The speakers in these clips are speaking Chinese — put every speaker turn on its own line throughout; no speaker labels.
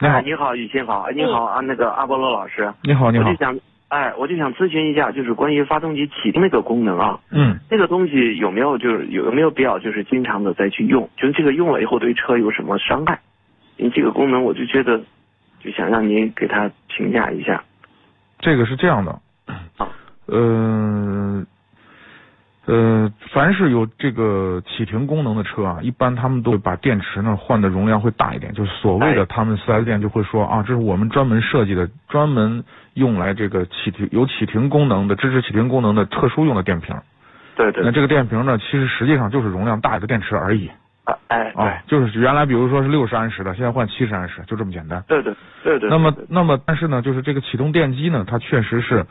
你好
哎，你好，雨欣好，哎，你好啊，那个阿波罗老师，
你好，你
我
好
就，想，哎，我就想咨询一下，就是关于发动机启动那个功能啊，
嗯，
那个东西有没有就是有没有必要就是经常的再去用？就是这个用了以后对车有什么伤害？因为这个功能，我就觉得，就想让您给它评价一下。
这个是这样的，
好
呃，呃，凡是有这个启停功能的车啊，一般他们都会把电池呢换的容量会大一点，就是所谓的
哎
他们四 S 店就会说啊，这是我们专门设计的，专门用来这个启停有启停功能的、支持启停功能的特殊用的电瓶。
对对
那，这个电瓶呢，其实实际上就是容量大的电池而已
啊哎，
啊，就是原来比如说是六十安时的，现在换七十安时，就这么简单。
对对对对对。
那么
对，
那么，但是呢，就是这个启动电机呢，它确实是，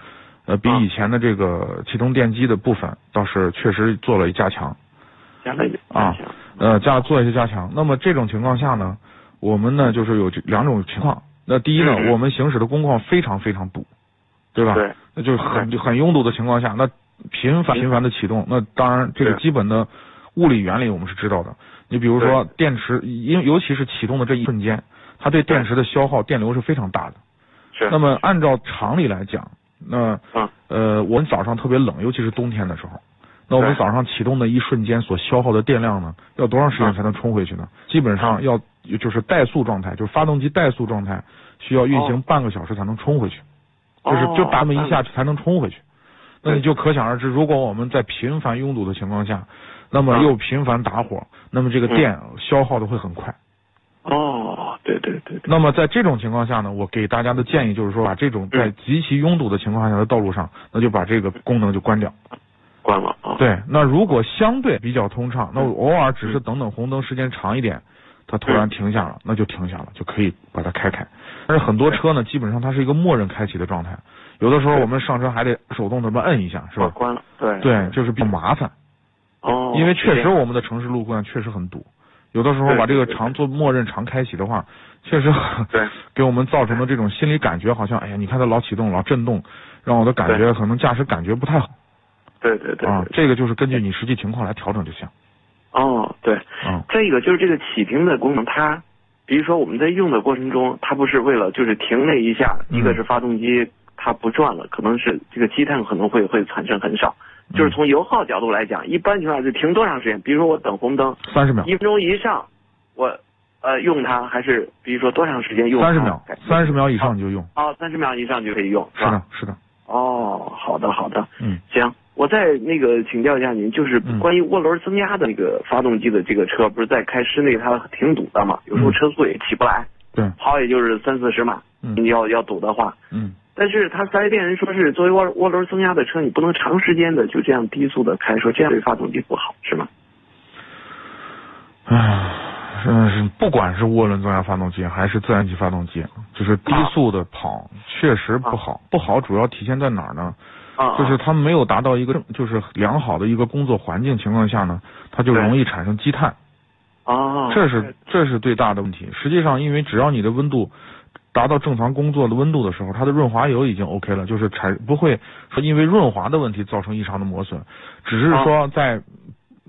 呃，比
啊
以前的这个启动电机的部分倒是确实做了一加强，
加了一个
啊
行
呃，加做了一些加强。那么这种情况下呢，我们呢就是有这两种情况。那第一呢，
嗯
我们行驶的工况非常非常堵，对吧？
对，嗯
那就是很很拥堵的情况下，那频繁频繁的启动，那当然这个
对
基本的物理原理我们是知道的。你比如说电池，因尤其是启动的这一瞬间，它对电池的消耗电流是非常大的。
是。
那么按照常理来讲，那
嗯
呃，我们早上特别冷，尤其是冬天的时候，那我们
对
早上启动的一瞬间所消耗的电量呢，要多长时
嗯
间才能充回去呢？基本上要就是怠速状态，就是发动机怠速状态，需要运行
哦
半个小时才能充回去，啊就是
哦
就打那么一下才能充回去。那你
对
就可想而知，如果我们在频繁拥堵的情况下，那么
嗯
又频繁打火，那么这个
嗯
电消耗的会很快。
哦，对对对对。
那么在这种情况下呢，我给大家的建议就是说，把这种在极其拥堵的情况下的道路上，那就把这个功能就关掉。
关了啊。。
对，那如果相对比较通畅，
嗯
那偶尔只是等等红灯时间长一点，它突然停下了，那就停下了，就可以把它开开。但是很多车呢，基本上它是一个默认开启的状态，有的时候我们上车还得手动怎么摁一下，是
我
吧？
关了，哦对
对，就是比较麻烦，
哦，
因为确
是
实
这样
我们的城市路况确实很堵，有的时候
对
把这个
对对
常做默认常开启的话，确实很
对
给我们造成的这种心理感觉，好像哎呀，你看它老启动、老震动，让我的感觉可能驾驶感觉不太好
对对对
啊
对。
这个就是根据你实际情况来调整就行。
哦，对，
嗯
这个就是这个启停的功能，它，比如说我们在用的过程中，它不是为了就是停那一下，
嗯
一个是发动机它不转了，可能是这个积碳可能会会产生很少。
嗯
就是从油耗角度来讲，一般情况下是停多长时间？比如说我等红灯
三十秒，
一分钟以上，我呃用它还是比如说多长时间用它？啊
三十秒，三十秒以上你就用。
哦，三十秒以上就可以用，
是
吧？
的，是的，
哦，好的好的，
嗯，
行，我再那个请教一下您，就是
嗯
关于涡轮增压的那个发动机的这个车，不是在开室内它挺堵的嘛，有时候
嗯
车速也起不来，
对，
跑也就是三四十码，
嗯
你要要堵的话，
嗯，
但是他四 S 店人说是作为涡涡轮增压的车，你不能长时间的就这样低速的开，说这样对发动机不好，是吗？
唉，嗯，是不管是涡轮增压发动机还是自然吸发动机，就是低速的跑确实不好，不好主要体现在哪儿呢？
啊，
就是它没有达到一个正就是良好的一个工作环境情况下呢，它就
对
容易产生积碳。
哦，
这是这是最大的问题。实际上，因为只要你的温度达到正常工作的温度的时候，它的润滑油已经 OK 了，就是产不会说因为润滑的问题造成异常的磨损，只是
哦
说在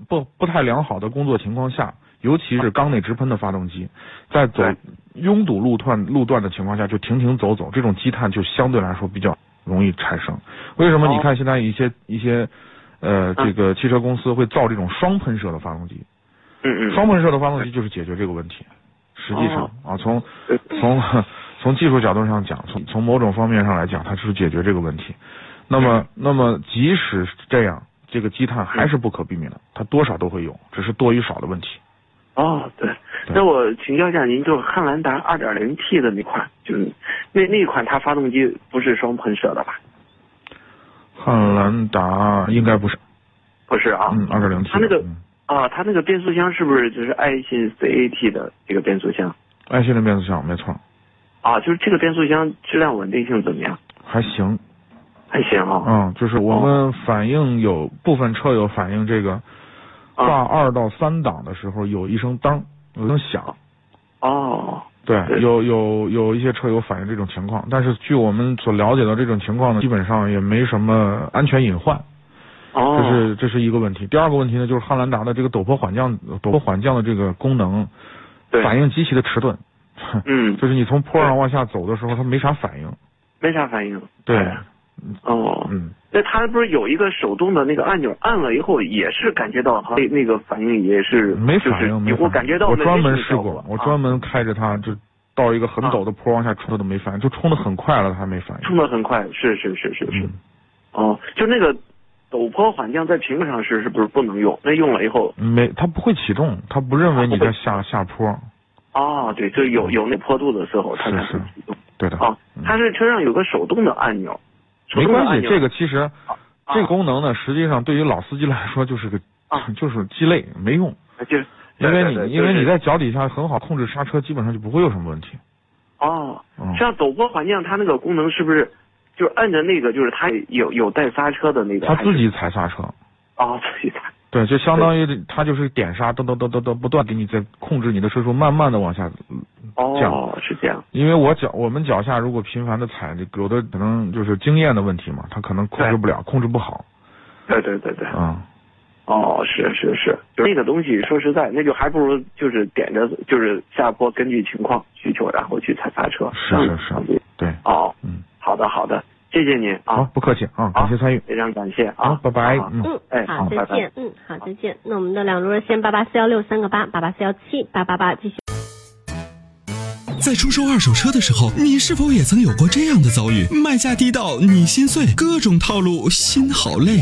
不不太良好的工作情况下，尤其是缸内直喷的发动机，在走
对
拥堵路段路段的情况下，就停停走走，这种积碳就相对来说比较容易产生。为什么你
哦
看现在一些一些呃
嗯
这个汽车公司会造这种双喷射的发动机？
嗯嗯，哦
双喷射的发动机就是解决这个问题。实际上、啊，从
对
从从技术角度上讲，从从某种方面上来讲，它是解决这个问题。那
嗯
么，那么即使是这样，这个积碳还是不可避免的，它多少都会有，只是多与少的问题。
哦，对，
对
那我请教一下您，就是汉兰达 2.0T 的那款，就是那那一款它发动机不是双喷射的吧？嗯
汉兰达应该不是，
不是啊，
嗯，二点零 T，
它那个
嗯
啊，它那个变速箱是不是就是爱信 CAT 的这个变速箱
爱信的变速箱没错，
啊？就是这个变速箱质量稳定性怎么样？
还行，
还行啊，
嗯，就是我们反映有部分车友反映这个挂
啊
二到三档的时候有一声当，有一声响，
哦，
对，
对
有有有一些车友反映这种情况，但是据我们所了解到这种情况呢，基本上也没什么安全隐患，
哦，
这是这是一个问题。第二个问题呢，就是汉兰达的这个陡坡缓降陡坡缓降的这个功能
对，
反应极其的迟钝，
嗯，
就是你从坡上往下走的时候，它没啥反应。
没啥反应。
对，
哎哦，
嗯，
那它不是有一个手动的那个按钮，按了以后也是感觉到好像那个反应也是
没反应，
就是你
没反应。
我感觉到
我
那
专
那
门
是
试
效
过
果，
我
啊
专门开着它就到一个很
啊
陡的坡往下冲，它都没反应，就冲的很快了，它还没反应。
冲的很快，是是是是是
嗯，
哦，就那个陡坡缓降在屏幕上是是不是不能用？那用了以后，
嗯没，它不会启动，它不认为你
它不
在
会
下下坡。
哦，对，就有有那坡度的时候，它
嗯是
才会
是
启动。
对的，
哦
嗯，
它是车上有个手动的按钮，手
没
动的按
关系，
钮
这个其实
啊
这个功能呢，实际上对于老司机来说就是个
啊
就是鸡肋，没用。
就是
因
对
为
对
你
对
因为
就是
你在脚底下很好控制刹车，基本上就不会有什么问题。
哦，
嗯，
像陡坡缓降它那个功能是不是就是摁着那个就是它有有带刹车的那个
它
按钮？
自己踩刹车。
哦自己打
对，就相当于它就是点刹，噔噔噔噔噔，不断给你在控制你的车速，慢慢的往下。嗯这样
哦是这样
因为我脚我们脚下如果频繁的踩，这有的可能就是经验的问题嘛，它可能控制不了，控制不好。
对对对对
嗯，
哦是是是就是那个东西说实在那就还不如就是点着就是下坡根据情况需求然后去踩刹车
是啊是是，对，
哦
嗯，
好的好的谢谢您
好
啊，
不客气啊，感谢参与，
非常感谢
好，
啊
拜拜，
好好
嗯。
嗯，
哎
好，
好
再
拜拜
见。嗯，好，再见。那我们的两路热线八八四幺六三个八，八八四幺七，八八八，继续。
在出售二手车的时候，你是否也曾有过这样的遭遇？卖价低到你心碎，各种套路，心好累。